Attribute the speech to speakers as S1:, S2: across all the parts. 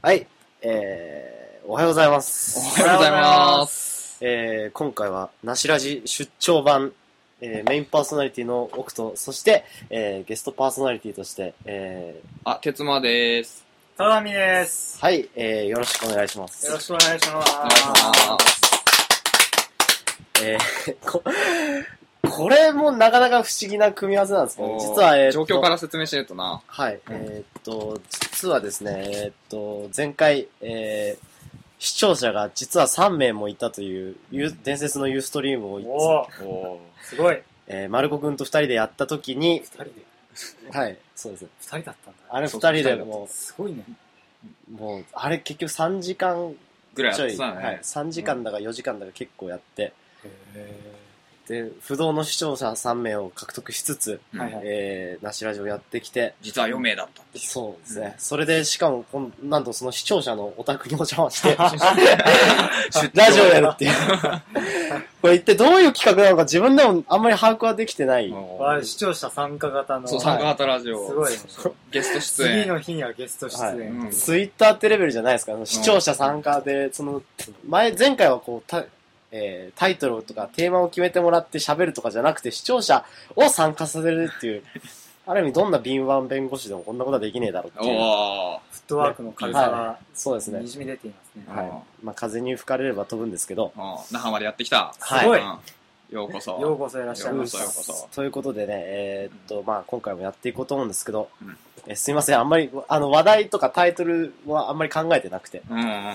S1: はい、えー、おはようございます。
S2: おはようございます。
S1: えー、今回は、なしラジ出張版、えー、メインパーソナリティの奥と、そして、えー、ゲストパーソナリティとして、え
S2: あ、鉄馬です。
S3: ただみです。
S1: ー、はい、えー、よろしくお願いします。
S3: よろしくお願いし
S2: お
S3: ま
S2: 願いします。
S1: えー、 こ、これもなかなか不思議な組み合わせなんですけど、実は、えー、
S2: 状況から説明してるとな。
S1: はい、
S2: うん
S1: えーっと、実はですね、えーっと、前回、えー視聴者が実は3名もいたという、ユー伝説のユーストリーム
S3: す。
S1: を、
S3: おーおーすごい。
S1: えー、丸子くんと2人でやったときに
S3: 二、人で、
S1: はい、そうです。
S3: 二人だったんだ。
S1: あれ2
S2: そう
S1: 人
S2: 二
S1: で
S2: 人だった
S1: も
S3: すごいね。
S1: う、もう、あれ結局3時間
S2: ぐらい
S1: ち
S2: や
S1: ょ
S2: っ
S1: い、
S2: てた
S1: はい
S2: ね、。
S1: 3時間だか4時間だか結構やって、
S3: へ
S1: で、不動の視聴者3名を獲得しつつ、
S2: うん
S3: はいはい
S1: えー、なしラジオやってきて、
S2: 実は4名だった。
S1: そうですね。それで、しかも、こんなんとその視聴者のお宅にお邪魔して、ラジオやるっていう。これ一体どういう企画なのか自分でもあんまり把握はできてない。
S3: ーわあ視聴者参加型の。
S2: そう、参加型ラジ
S3: す
S2: オ。
S3: ごいね。
S2: ゲスト出
S3: 次
S2: 演。
S3: の日にはゲスト出演。
S2: うん
S1: ツイッターってレベルじゃないですか。あの視聴者参加で、その、前、前回はこう、たえータイトルとかテーマを決めてもらって喋るとかじゃなくて視聴者を参加させるって いう、ある意味どんな敏腕弁護士でもこんなことはできねえだろうっていう。
S2: おー
S3: フットワークの軽さが、
S1: そうですね
S3: に。じみ出ていますね。
S1: はい。まあ風に吹かれれば飛ぶんですけど、
S2: うん那覇までやってきた。
S1: はい
S3: すごい
S2: うんようこそ。
S3: ようこそいらっしゃいま
S2: そ
S3: し
S2: う
S3: た
S2: よう。こそ
S1: ということでね、えーっと、まあ今回もやっていこうと思うんですけど、
S2: うん
S1: えすいません、あんまり、あの、話題とかタイトルはあんまり考えてなくて。
S2: うんうん。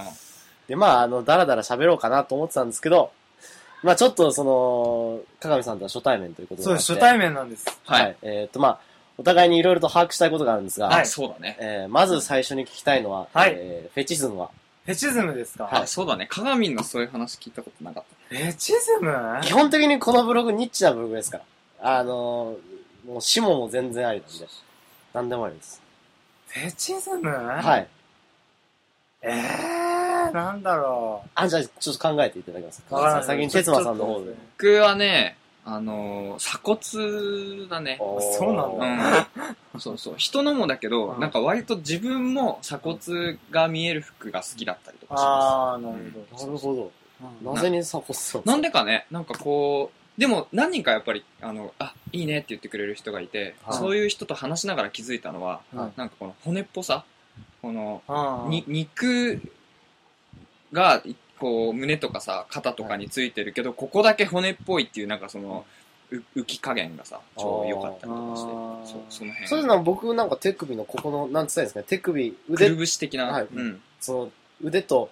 S1: で、まあ、あの、だらだら喋ろうかなと思ってたんですけど、まあちょっと、その、加上さんとは初対面ということで。
S3: そう、初対面なんです。
S1: は。
S2: はいい。
S1: えーっと、まあ、お互いにいろいろと把握したいことがあるんですが、
S3: はい
S2: そうだね。
S1: えーまず最初に聞きたいのは、
S3: はい
S1: えーフェチズムは、
S3: フェチズムですか
S2: あ、そうだね。鏡のそういう話聞いたことなかっ
S3: フェチズム
S1: 基本的にこのブログ、ニッチなブログですから、あのーもう、シモも全然ありなんで、なんでもありです。
S3: フェチズム。
S1: はいい。
S3: えー、なんだろう。
S1: あ、じゃあ、ちょっと考えていただけます
S3: わからない
S1: 先に哲馬さんの方
S3: ちょ
S1: で
S3: っと。
S2: た。僕はね、あのー、鎖骨だね。
S1: おー
S3: そうなんだ
S2: うん、そうそう人のもだけど、
S3: うん
S2: なんか割と自分も鎖骨が見える服が好きだったりとかしま
S3: あー、なるほ
S1: なるほ
S3: ど。
S1: ど。なぜにサコスを
S2: すなんでかねなんかこうでも何人かやっぱりあのあいいねって言ってくれる人がいて、
S1: はい
S2: そういう人と話しながら気づいたのは、
S3: はい
S2: なんかこの骨っぽさこの、
S3: うん
S2: に肉がこう胸とかさ肩とかについてるけど、ここだけ骨っぽいっていうなんかそのう浮き加減がさちょうど良かったりとかして
S3: あー
S2: そうその辺
S1: そういうのは僕なんか手首のここの、なんつったらいいんですかね、手首、
S2: くる
S1: 腕、
S2: ぶし的な、
S1: はい
S2: うん、
S1: その腕と、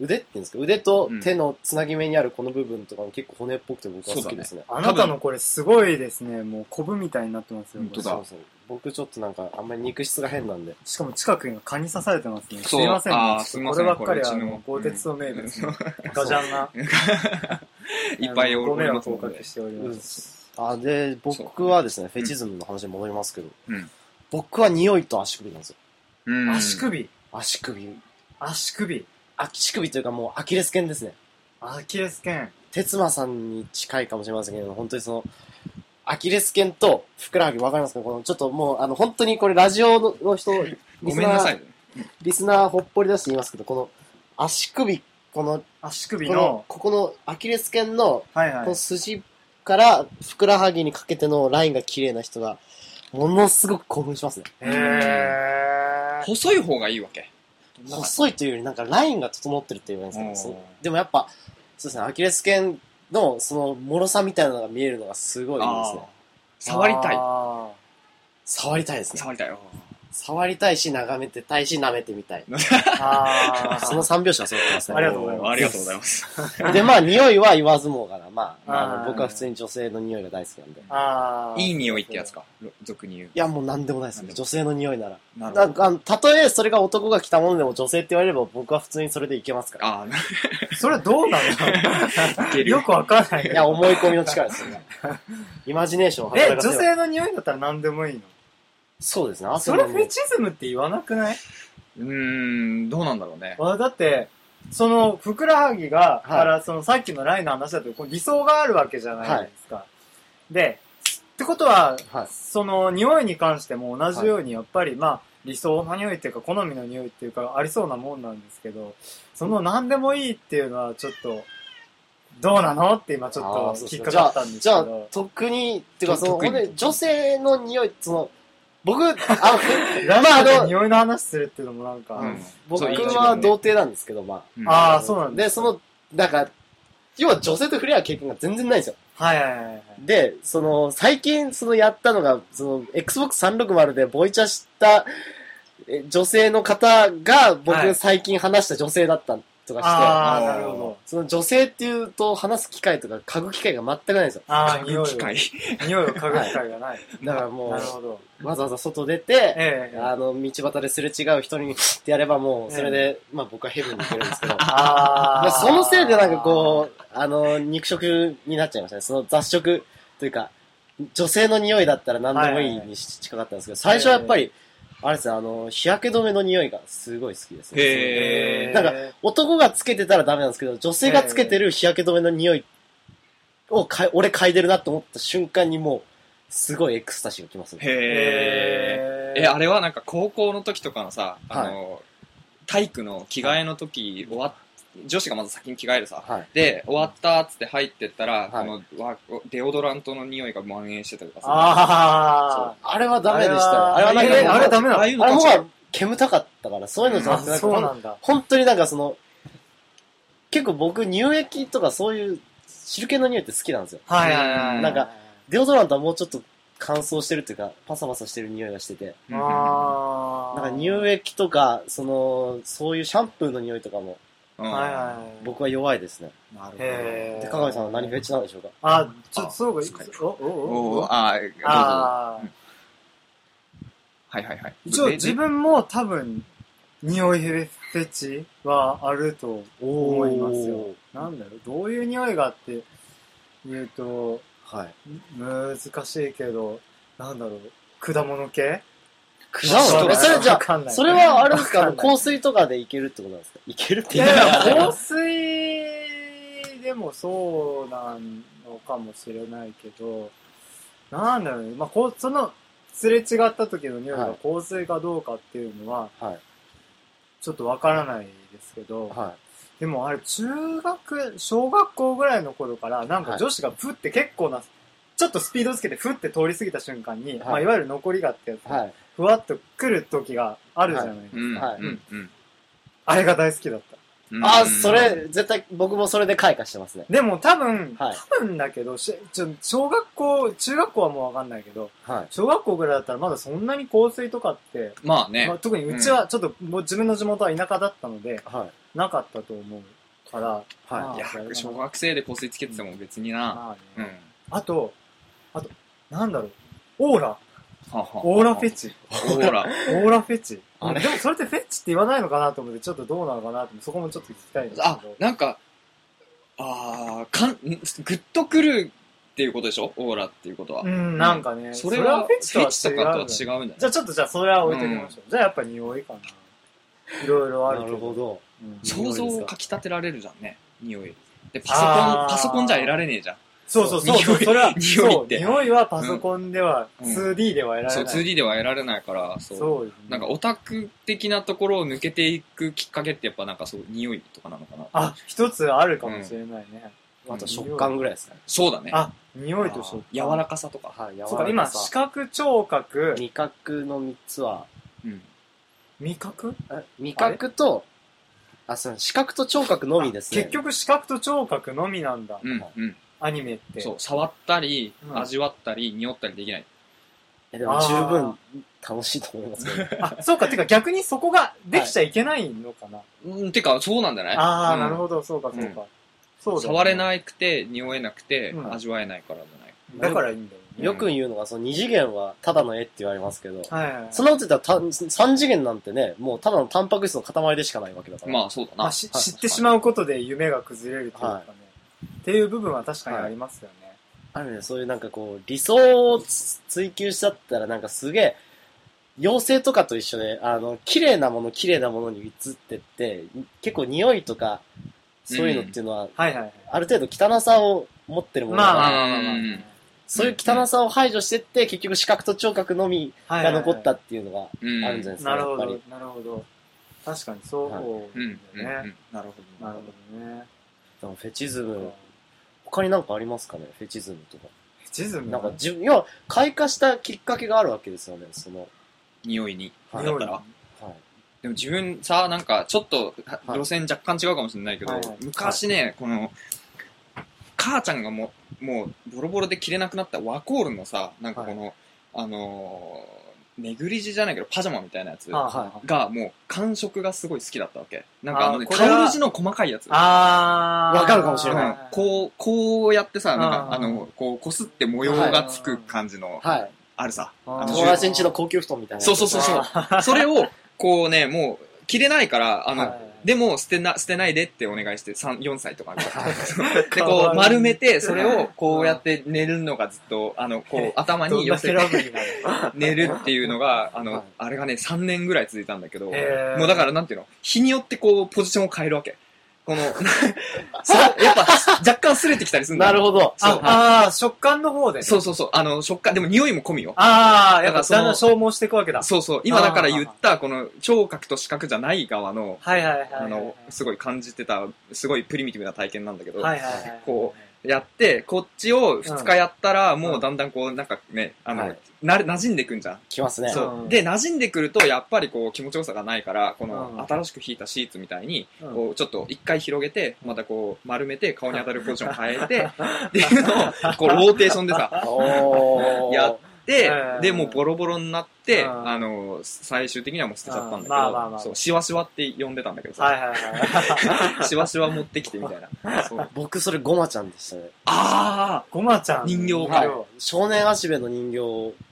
S1: 腕って言うんですか腕と手のつなぎ目にあるこの部分とかも結構骨っぽくて僕は好きですね。
S3: あなたのこれすごいですね。もうコブみたいになってますよ。
S2: 本当
S3: これ
S2: だ
S1: そうそう。僕ちょっとなんかあんまり肉質が変なんで。
S3: しかも近くに蚊に刺されてますね。す
S2: そう
S3: いませんね。
S2: あーすいません
S3: こればっか
S2: これう
S3: りは、あ
S2: ちの
S3: の、鋼鉄の名物のガジ
S1: そう
S3: ャンが、
S2: いっぱい
S3: あのご
S2: お
S3: 迷
S2: ります
S3: 惑をお
S2: の
S3: か
S2: で
S3: けしております。
S1: あ、で、僕はですね、フェチズムの話に戻りますけど
S2: うん、
S1: 僕は匂いと足首なんですよ。
S2: うん
S3: 足首、
S1: 足首。
S3: 足首、
S1: 足首というかもうアキレス腱ですね。
S3: アキレス腱。
S1: 哲馬さんに近いかもしれませんけど、本当にその、アキレス腱とふくらはぎわかりますかこの、ちょっともう、あの、本当にこれラジオの人、リ
S2: ご
S1: ス
S2: めんな
S1: ナ
S2: さ
S1: ー、
S2: い。
S1: リスナーほっぽり出して言いますけど、この、足首、この、
S3: 足首
S1: この
S3: の、、
S1: ここのアキレス腱の、
S3: はい
S1: こ
S3: はい
S1: の。筋からふくらはぎにかけてのラインが綺麗な人が、ものすごく興奮しますね。
S3: へー。
S2: 細い方がいいわけ。
S1: 細いというより、なんかラインが整ってるって言われるんですけ
S2: うん
S1: ど、そでもやっぱ、そうですね、アキレス腱の、その、脆さみたいなのが見えるのがすごいいいですね
S2: あー。触りたい。
S3: あ
S1: 触りたいですね。
S2: 触りたいよ。
S1: 触りたいし、眺めてたいし、舐めてみたい。
S3: ー あ
S1: そ
S3: ー
S1: の三拍子は揃ってますね。
S3: ありがとうございます
S2: ありがとうございます。
S1: で、まあ、匂いは言わずもがな。まあ、まああの
S3: あー
S1: 僕は普通に女性の匂いが大好きなんで。い
S3: あー。
S2: いい匂いってやつか。俗に言う。
S1: や、もう何でもないですね。女性の匂いなら。
S2: な
S1: なん。か、あのたとえそれが男が着たものでも女性って言われれば僕は普通にそれでいけます から。
S2: あ
S3: それどうな
S2: あ、いけ
S3: の
S2: る。
S3: よくわかんない
S1: い
S3: け
S1: や、
S3: ど。
S1: 思い込みの力 ですよね。イマジネーションを
S3: え、
S1: 働
S3: 女
S1: かせれば
S3: 性の匂いだったら何でもいいの
S1: そうですね。汗
S3: そ
S1: の
S3: れ
S1: 匂い
S3: フェチズムって言わなくないう
S2: ーん、どうなんだろうね。
S3: あだって、その、ふくらはぎが、
S1: はい
S3: から、その、さっきのラインの話だと、こう理想があるわけじゃないですか。で、ってことは、
S1: はい
S3: その、匂いに関しても同じように、やっぱり、まあ、理想の匂いっていうか好みの匂いっていうかありそうなもんなんですけどその何でもいいっていうのはちょっとどうなのって今ちょ
S1: あー
S3: っ
S1: そ
S3: と
S1: うそう
S3: 引っかかったんです
S1: じ
S3: け
S1: ゃあ
S3: ど、
S1: 特に、っていうか、その、
S2: 特
S1: ほ
S2: に
S1: んで、女性の匂い、その、僕、あの、
S3: ラ
S1: まああ
S3: ジ
S1: の
S3: オで匂いの話するっていうのもなんか、
S2: うん
S1: 僕
S2: そういい時
S1: は
S2: 間ね
S1: 童貞なんですけど、まあ。
S2: うん
S3: あーそうなん
S1: で
S3: です
S1: その、なんか、要は女性と触れ合う経験が全然ないんですよ。
S3: はいはいはいはい
S1: で、その、最近、その、やったのが、その、Xbox 360でボイチャした、え女性の方が、
S3: は
S1: 僕
S3: い
S1: 最近話した女性だったとかして、
S3: ああ
S2: あ
S3: な
S2: ー
S3: る ほど
S1: その女性っていうと話す機会とか嗅ぐ機会が全くないんですよ。
S3: ああ
S2: 嗅
S3: 匂い
S2: ぐ
S3: を
S2: 機会。
S3: 匂いを嗅ぐ機会がない
S1: だからも
S3: なる
S1: う、
S3: ほど
S1: わざわざ外出て、
S3: ええ
S1: あの、道端ですれ違う人にってやればもう、それで、まあ僕はヘブンに行けるんですけど、
S3: あ
S1: ま
S3: あ
S1: あそのせいでなんかこう、あの、肉食になっちゃいましたね。その雑食というか、女性の匂いだったら何でもいいに近かったんですけど、最初はやっぱり、あれですね、あの、日焼け止めの匂いがすごい好きですね。
S2: へー
S3: ええ
S1: なんか男がつけてたらダメなんですけど、女性がつけてる日焼け止めの匂いをかい、俺嗅いでるなと思った瞬間にもう、すごいエクスタシーがきますね。
S2: へ
S3: え
S2: ー。え、あれはなんか高校の時とかのさ、あの、体育の着替えの時、終わっ女子がまず先に着替えるさ。
S1: はい。
S2: で、終わったっつって入ってったら、
S1: は
S2: あ
S1: い
S2: の、わデオドラントの匂いが蔓延してたりとかさ。
S3: あ
S1: あれはダメでしたよ。あ
S3: あ
S1: れ
S3: れ
S1: は
S3: は
S1: なんかもう、
S3: えーあれダメなの
S2: ああいう
S1: あれ
S2: の
S1: も
S2: 確か
S1: は煙たかったから、そういうのじゃ
S3: あ
S1: なくて、なんか
S3: そうなんだ
S1: 本当になんかその、結構僕乳液とかそういう汁気の匂いって好きなんですよ。
S3: はいはいはいはい
S1: なんかデオドラントはもうちょっと乾燥してるというか、パサパサしてる匂いがしてて、
S2: うん
S3: あ
S1: な
S3: あ
S1: んか乳液とか、その、そういうシャンプーの匂いとかも
S2: うん
S3: はいはい
S1: 僕は弱いですね。
S2: なるほど
S3: へえ
S1: で、香川さんは何フェチなんでしょうか
S3: あちょっと
S2: あ
S3: そうか
S2: そうか
S3: おおお
S2: おー
S3: お
S2: あー、どうぞ。
S3: あー
S2: はいはいはい。
S3: 一応
S2: で
S3: 自分も多分匂いフェチはあると思いますよなんだろうどういう匂いがあって言うと
S1: はい。
S3: 難しいけどなんだろう果物系
S1: 果
S2: 果
S1: 物
S2: 物ね
S1: それじゃ
S3: わかん
S1: あ、
S3: ない
S1: それはあれですか、あの
S3: わかんない
S1: 香水とかでいけるってことなんですかいけるって
S3: い
S1: 言
S3: や
S1: う
S3: い
S1: か
S3: や香水でもそうなのかもしれないけど、なんだろうね。まあ、こう、その、すれ違った時の匂い
S1: は
S3: が
S1: い
S3: 香水かどうかっていうのは、
S1: はい。
S3: ちょっとわからないですけど、
S1: は
S3: でもあれ、中学、小学校ぐらいの頃から、なん
S1: は
S3: か
S1: い
S3: 女子がふって結構な、ちょっとスピードつけてふって通り過ぎた瞬間
S1: は
S3: に、
S1: い
S3: まあ、いわゆる残りがってやつ、
S1: い。はい。
S3: ふわっと来る時があるじゃないですか。
S2: うん、
S1: はい
S2: うんうん
S3: あれが大好きだった。
S2: うん
S1: あ、それ、絶対僕もそれで開花してますね。
S3: でも多分、
S1: はい
S3: 多分だけど、しちょ小学校、中学校はもうわかんないけど、
S1: はい。
S3: 小学校ぐらいだったらまだそんなに香水とかって、
S2: まあね、
S3: まあ、特にうちはちょっと、もう自分の地元は田舎だったので、
S1: はい。
S3: なかったと思うから、
S1: はい
S3: い
S2: や
S3: あー
S2: 小学生で香水つけてても別にな、
S3: ま
S2: う
S3: あ
S2: ん
S3: ねあと、あと、なんだろう、オーラ、
S2: はは
S3: オーラフェチ、
S2: オーラ
S3: オーラフェチ。
S1: あれ
S3: でもそれってフェチって言わないのかなと思って、ちょっとどうなのかなと思って、そこもちょっと聞きたいんです
S2: あ
S3: けど。
S2: なんかあーかんんグッとくるっていうことでしょオーラっていうことは、
S3: うん、なんかね、
S2: それはフェチとかとは違うん
S3: だ
S2: じゃない
S3: じゃあちょっとじゃあそれは置いときましょう。じゃあやっぱ匂いかな。いろいろある
S1: な
S3: けど。
S1: るほど。
S3: うん
S1: そう
S2: 想像
S1: 匂いです
S2: を
S1: か
S2: かきたてられるじゃんね匂いでパソコン
S3: あー
S2: パソコンじゃ得られねえじゃん
S3: そうそうそうそう。
S2: 匂い
S3: それは、
S2: 匂いって
S3: そう匂いはパソコンでは、
S2: うん
S3: 2D では得られない。
S2: そう 2D では得られないからそう
S3: そうですね
S2: なんかオタク的なところを抜けていくきっかけってやっぱなんかそう匂いとかなのかな
S3: あ、一つあるかもしれないね。
S1: あと食感ぐらいですかね。
S2: そうだね
S3: あ、匂いと食
S2: 柔らかさとか、
S1: はい。柔
S3: そうか、今、視覚、聴覚、
S1: 味覚の3つは、
S2: うん、
S3: 味覚
S1: え味覚と、あ、そう、視覚と聴覚のみですね。
S3: 結局視覚と聴覚のみなんだ。
S2: うんうん
S3: アニメって。
S2: そう、触ったり、
S3: うん
S2: 味わったり、匂ったりできない。
S1: え。でも十分楽しいと思いますけど。
S3: あ、そうか、てか逆にそこができちゃいけないのかな。
S2: うん、てか、そうなんじゃない
S3: ああ、
S2: うん
S3: なるほど、そうか、そうか。そうだね
S2: 触れないくて、匂えなくて、
S3: うん
S2: 味わえないからじゃない。
S3: だからいいんだよね。
S1: よく言うのが、その二次元はただの絵って言われますけど、
S3: はいはいはい。
S1: そんなこと言ったらた三次元なんてね、もうただのタンパク質の塊でしかないわけだから。
S2: まあ、そうだな。
S3: まあ、し知ってしまうことで夢が崩れるというかね、
S1: はい
S3: っていう部分は確かにありますよね。
S1: あるね、そういうなんかこう、理想をつ追求しちゃったらなんかすげえ、妖精とかと一緒で、あの、綺麗なもの、綺麗なものに移ってって、結構匂いとか、そういうのっていうのは、
S3: はいはいはい。
S1: ある程度汚さを持ってるもの
S3: まあ
S1: が
S3: まあまあまあまあ
S2: うん
S1: そういう汚さを排除してって、結局視覚と聴覚のみ
S3: はいは
S1: が
S3: いはい
S1: 残ったっていうのが
S2: うん
S1: あるんじゃないですか、
S3: なる
S1: や
S3: ほ
S1: っぱ
S3: ど
S1: り。、
S3: なるほど。確かにそう
S1: はい
S2: うん
S3: だよね。
S2: なるほど。
S3: なるほどね。
S1: でもフェチズ
S3: フ
S1: ム、他になんかありますかねフェチズムとか。
S3: ェチズム
S1: なんか自分、要は開花したきっかけがあるわけですよね、その。
S2: 匂いに。
S1: は
S2: だ
S1: い
S2: ったら。
S1: はい。
S2: でも自分さ、なんかちょっとは
S1: はい
S2: 路線若干違うかもしれないけど、
S3: はいはい
S2: 昔ね、この、母ちゃんがもう、もうボロボロで着れなくなったワコールのさ、なんかこの、あのー、ネグリジじゃないけどパジャマみたいなやつ
S3: あはい
S2: がもう感触がすごい好きだったわけ。なんかあのね、
S3: あこれは
S2: タオル地の細かいやつ。
S3: あー。
S1: わかるかもしれ
S2: う
S1: ない
S2: んこう、こうやってさ、なんか、
S3: あー
S2: あの、こう、こすって模様がつく感じの、
S1: はい。
S2: あるさ。
S3: あー
S2: あの
S1: 友達んちの高級布団みたいなやつ。
S2: そうそうそうそう。それを、こうね、もう、着れないから、あの、で
S3: で、
S2: も、捨てな、捨てないでってお願いして、三4歳とかからで、
S3: かわいい
S2: こう、丸めて、それを、こうやって寝るのがずっと、あの、こう、頭
S3: ど
S2: に
S3: ん
S2: 寄
S3: だ
S2: せ
S3: け
S2: て
S3: ラブになる
S2: 寝るっていうのが、あ
S1: はい
S2: の、あれがね、3年ぐらい続いたんだけど、も
S3: へー
S2: うだから、なんていうの、日によってこう、ポジションを変えるわけ。この、 そう、やっぱ、若干擦れてきたりするんだ
S1: な
S2: よ
S1: るほど。
S2: そう
S3: ああー、食感の方でね。
S2: そうそうそう、あの、食感、でも匂いも込みよ。
S3: ああ、やっぱ
S2: だから
S3: だんだん消耗していくわけだ。
S2: そうそう、今だから言った、この、聴覚と視覚じゃない側の、
S3: はいはいはいはい。
S2: あの、すごい感じてた、すごいプリミティブな体験なんだけど、
S3: はいはいはい。
S2: こやって、こっちを2日やったら、もうだんだんこう、なんかね、あの、
S1: はい
S2: な、馴染んでくんじゃん。
S1: きますね。
S2: そうう。
S3: ん
S2: で、馴染んでくると、やっぱりこう、気持ちよさがないから、こ
S3: うん
S2: の、新しく引いたシーツみたいに、
S3: うん
S2: こう、ちょっと一回広げて、またこう、丸めて、顔に当たるポジション変え て、っていうのを、こう、ローテーションでさ、
S1: おー。
S2: やっで
S3: うん、
S2: で、もうボロボロになって、
S3: うん
S2: あの、最終的にはもう捨てちゃったんだけど、
S3: うんまあまあまあ
S2: そう、シワシワって呼んでたんだけどさ、
S3: はいはいは い。
S2: シワシワ持ってきてみたいな。そう
S1: 僕、それ、ゴマちゃんでしたね。
S2: あ
S3: ごまちゃん。
S2: 人形
S3: 人
S2: は
S1: はい。少年足部の人形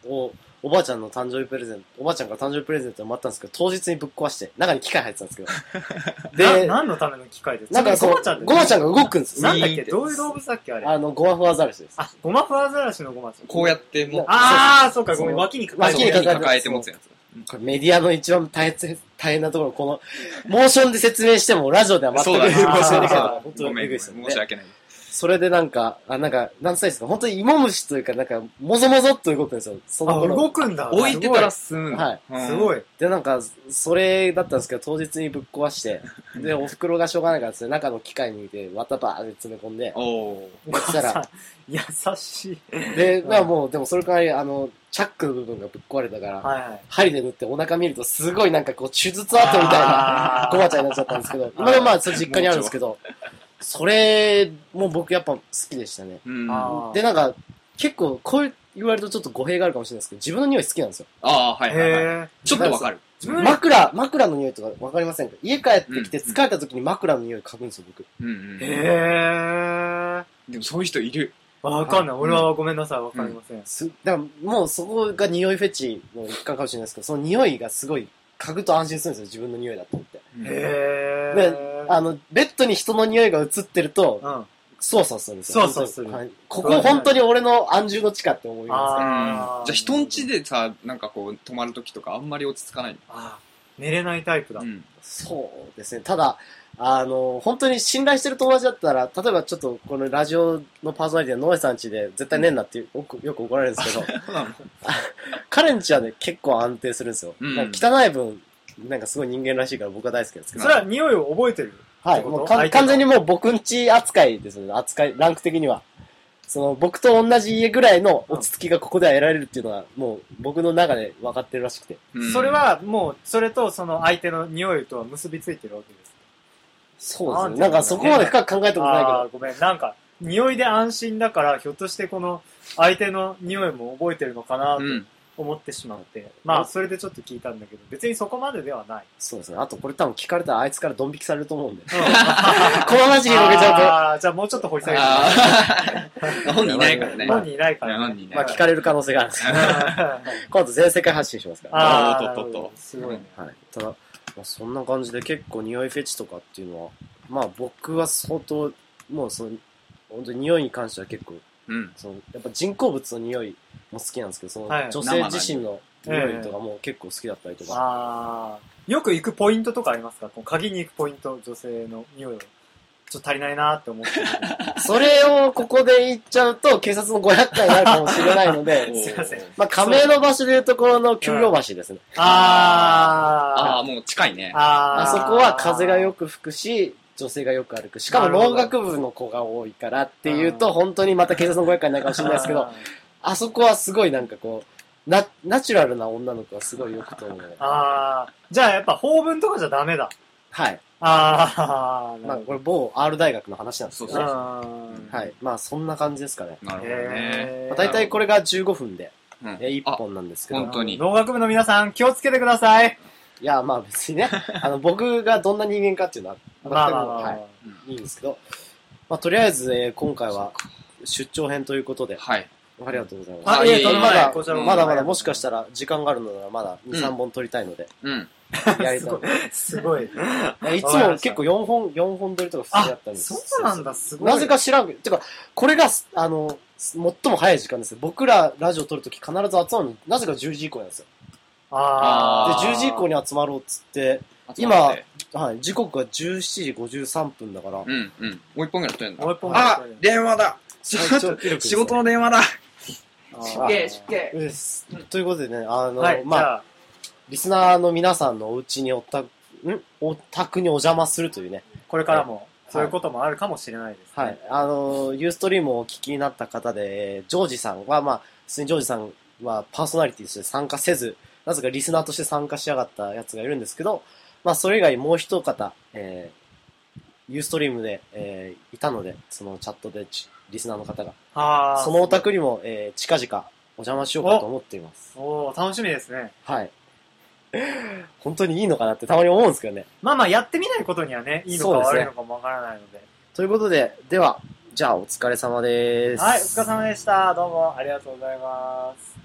S1: を、おばあちゃんの誕生日プレゼント、おばあちゃんから誕生日プレゼントをもらったんですけど、当日にぶっ壊して、中に機械入ってたんですけど。
S3: で、
S1: で、
S3: 何のための機械です
S1: なんか
S3: そ
S1: そ
S3: れ
S1: う、
S3: ごまちゃんって
S1: ゴマちゃんが動くんですよ
S3: な。んだ
S2: ウィー
S3: っ
S2: ン
S3: け
S2: って
S3: どういう動物だっけあれ。
S1: あの、ゴマフアザラシです。
S3: あ、ゴマフアザラシのゴマちゃ
S2: ー、
S3: ん。
S2: こうやってもう、
S3: ああ、そうか、ごめん。
S1: そう
S3: 脇にかか
S2: そう
S1: 脇に
S2: 手
S1: か
S2: に
S1: かる
S2: 抱えて持つやつ。
S1: これメディアの一番大変大変なところ、この、モーションで説明しても、ラジオでは全
S2: そ
S1: く
S2: うだ
S1: ご 紹
S2: ね。
S1: 介
S3: そ
S1: できな
S3: う
S1: いから
S3: あ、
S1: 本当
S2: ご
S1: に
S2: め
S1: エ
S2: ん、
S1: グいで
S2: ごめん
S1: すよね
S2: 申し訳ない。
S1: それでなんか、あ、なんか、なんつったらいいですか、本当に芋虫というか、なんか、もぞもぞっと動くんですよ。そ
S3: あ、
S1: の頃
S3: 動くんだ。
S2: 置いてたら進むの。
S1: はい
S2: うん
S3: すごい。
S1: で、なんか、それだったんですけど、当日にぶっ壊 して、で、お袋がしょうがないからですね、中の機械に入れて、綿バーって詰め込んで、
S2: おー。
S1: そしたら、
S3: 優しい。
S1: で、
S3: うん
S1: まあもう、でもそれからい、あの、チャックの部分がぶっ壊れたから、
S3: はいはい。
S1: 針で縫ってお腹見ると、すごいなんかこう、手術跡みたいな、
S3: な
S1: ごまちゃんになっちゃったんですけど、今でもまあ、それ実家にあるんですけど、それ、もう僕やっぱ好きでしたね。
S2: うん。あ
S3: あー
S1: で、なんか、結構、こう言われるとちょっと語弊があるかもしれないですけど、自分の匂い好きなんですよ。
S2: あー、はいはいはい。
S3: へえ。
S2: ちょっとわかる。
S3: 自分
S1: 枕、枕の匂いとかわかりませんか家帰ってきて疲れた時に枕の匂い嗅ぐんですよ、僕。
S2: うんうん。
S3: へえ。
S2: でもそういう人いる。
S3: わかんない。俺はごめんなさい。わかりません。
S1: すだからもうそこが匂いフェチの一環かもしれないですけど、その匂いがすごい嗅ぐと安心するんですよ、自分の匂いだと思って。
S2: うん
S3: へ
S1: ね
S3: え。
S1: あの、ベッドに人の匂いが移ってると、
S3: うん。
S1: 操作するんですよ。
S3: 操作する
S1: はいここ本当に俺の安住の地下って思いま
S3: あー
S2: じゃあ人ん家でさ、なんかこう、泊まるときとかあんまり落ち着かない
S3: あー寝れないタイプだ。
S2: ん。
S1: す。そうですね。ただ、あの、本当に信頼してる友達だったら、例えばちょっとこのラジオのパーソナリティの野江さん家で絶対ねんなってよくよく怒られるんですけど、彼ん家はね、結構安定するんですよ。
S2: うん
S1: なんか汚い分、なんかすごい人間らしいから僕は大好きなんですけど。
S3: それは匂いを覚えてる。
S1: は
S3: って
S1: い、
S3: こと
S1: もうか
S3: 相手が
S1: 完全にもう僕んち扱いですよね。扱い、ランク的には。その、僕と同じ家ぐらいの落ち着きがここでは得られるっていうのは、もう僕の中で分かってるらしくて。
S2: うん
S3: それ、はもう、それとその相手の匂いとは結びついてるわけです。
S1: そうですね。なん
S3: なていうの
S1: んかそこまで深く考えたことないけ
S3: ああ
S1: ど
S3: ー、ごめん。なんか、匂いで安心だから、ひょっとしてこの相手の匂いも覚えてるのかな
S2: う
S3: と
S2: ん。
S3: 思ってしまって。まあ、それでちょっと聞いたんだけど、別にそこまでではない。
S1: そうですね。あとこれ多分聞かれたらあいつからドン引きされると思うんで。この話広げちゃう
S3: あーじゃあもうちょっと掘り下げてみよ
S2: あ ー本人いないからね。
S3: う。本人いないから、
S2: 本人い
S1: と、
S2: ない
S1: まあ聞かれる可能性があるんですけど、今度全世界発信しますから。
S3: あ
S2: お
S3: あ
S2: っ、とっとっと
S3: すごいね。
S1: はい。ただ、まあ、そんな感じで結構匂いフェチとかっていうのは、まあ僕は相当、もうその、本当に匂いに関しては結構、
S2: うん。
S1: そのやっぱ人工物の匂いも好きなんですけど、その
S3: はい
S1: 女性自身の匂いとかも結構好きだったりとか、
S3: ああ。よく行くポイントとかありますかこう鍵に行くポイント、女性の匂いをちょっと足りないなって思ってる。
S1: それをここで言っちゃうと、警察の500回になるかもしれないの で、
S3: すいません
S1: まあ、亀の場所でいうところの丘陵橋ですね。
S2: あ
S3: あ
S2: あ、もう近いね
S3: ー。。あ
S1: あ
S3: ー
S1: そこは風がよく吹くし、女性がよく歩く。しかも
S3: なるほ
S1: 農
S3: ど
S1: 学部の子が多いからっていうと、本当にまた警察の500回になるかもしれないですけど
S3: あ、ー
S1: あそこはすごいなんかこう、ナナチュラルな女の子がすごいよく飛ぶのよ。
S3: あーじゃあやっぱ法文とかじゃダメだ。
S1: はい。
S3: ああ、
S1: まあこれ某 R 大学の話なんですけど
S2: そう
S1: ね
S2: そ。
S3: うん
S1: はい。まあそんな感じですかね。
S2: なるほどね。
S3: へ
S1: まあ、
S3: ー
S1: 大体これが15分で、
S2: うん
S1: え1本なんですけ
S2: あほん
S1: ど
S2: 本。当に
S3: 農学部の皆さん、気をつけてください。
S1: いや、まあ別 にね、あの僕がどんな人間かっていうのは全く
S3: まあまあまあ
S1: はい、いいんですけど、まあとりあえず、えー今回は出張編ということで、
S2: はい。
S1: ありがとうございます。
S2: あ
S3: あ、
S2: い
S3: い
S2: え
S3: え
S2: いえ
S3: とんでも
S1: ま
S3: ない
S1: だ、
S3: こちらも
S1: まだまだもしかしたら時間があるのならまだ2、3本撮りたいの で、
S2: うん。
S1: やり
S3: す
S1: た
S3: ごい
S1: い。
S3: すごい。
S1: いつも結構4本、4本撮りとか普通だ
S3: あ
S1: ったん、です
S3: そうなんだ、すごい。
S1: なぜか知らんけど、てか、これが、あの、最も早い時間ですよ。僕らラジオ撮るとき必ず集まるの、なぜか10時以降なんですよ。で、
S3: あー
S1: 10時以降に集まろうっつって、今、はい、時刻が17時53分だから、
S2: うんうん。もう一本ぐらい取れん
S3: もう
S2: の
S3: 一本ぐらい
S2: あ
S3: 取れる、
S2: 電話だちょ
S1: 最
S2: っ
S1: 長
S2: と、
S1: 記録です
S2: 仕
S1: ね
S2: 事の電話だ
S3: あ
S2: 失
S3: ー
S2: 敬、失敬。
S1: うです。ということでね、あの、
S3: はい、
S1: ま
S3: じ
S1: あ、
S3: ゃあ、
S1: リスナーの皆さんのお家におた、んお宅にお邪魔するというね。
S3: これからも、そういうこともあるかもしれないですね。
S1: はい。あの、ユーストリームをお聞きになった方で、えージョージさんは、まあ、普通にジョージさんはパーソナリティとして参加せず、なぜかリスナーとして参加しやがったやつがいるんですけど、まあ、それ以外もう一方、えー、ユーストリームで、えーいたので、そのチャットでちリスナーの方が、
S3: あー
S1: そのお宅にも、えー近々お邪魔しようかと思っています。
S3: おー楽しみですね。
S1: はい。 本当にいいのかなってたまに思うんですけどね。
S3: まあまあ、やってみないことにはね、いいのか
S1: そうですね
S3: 悪いのかもわからないので。
S1: ということで、では、じゃあお疲れ様です。
S3: はい、お疲れ様でした。どうもありがとうございます。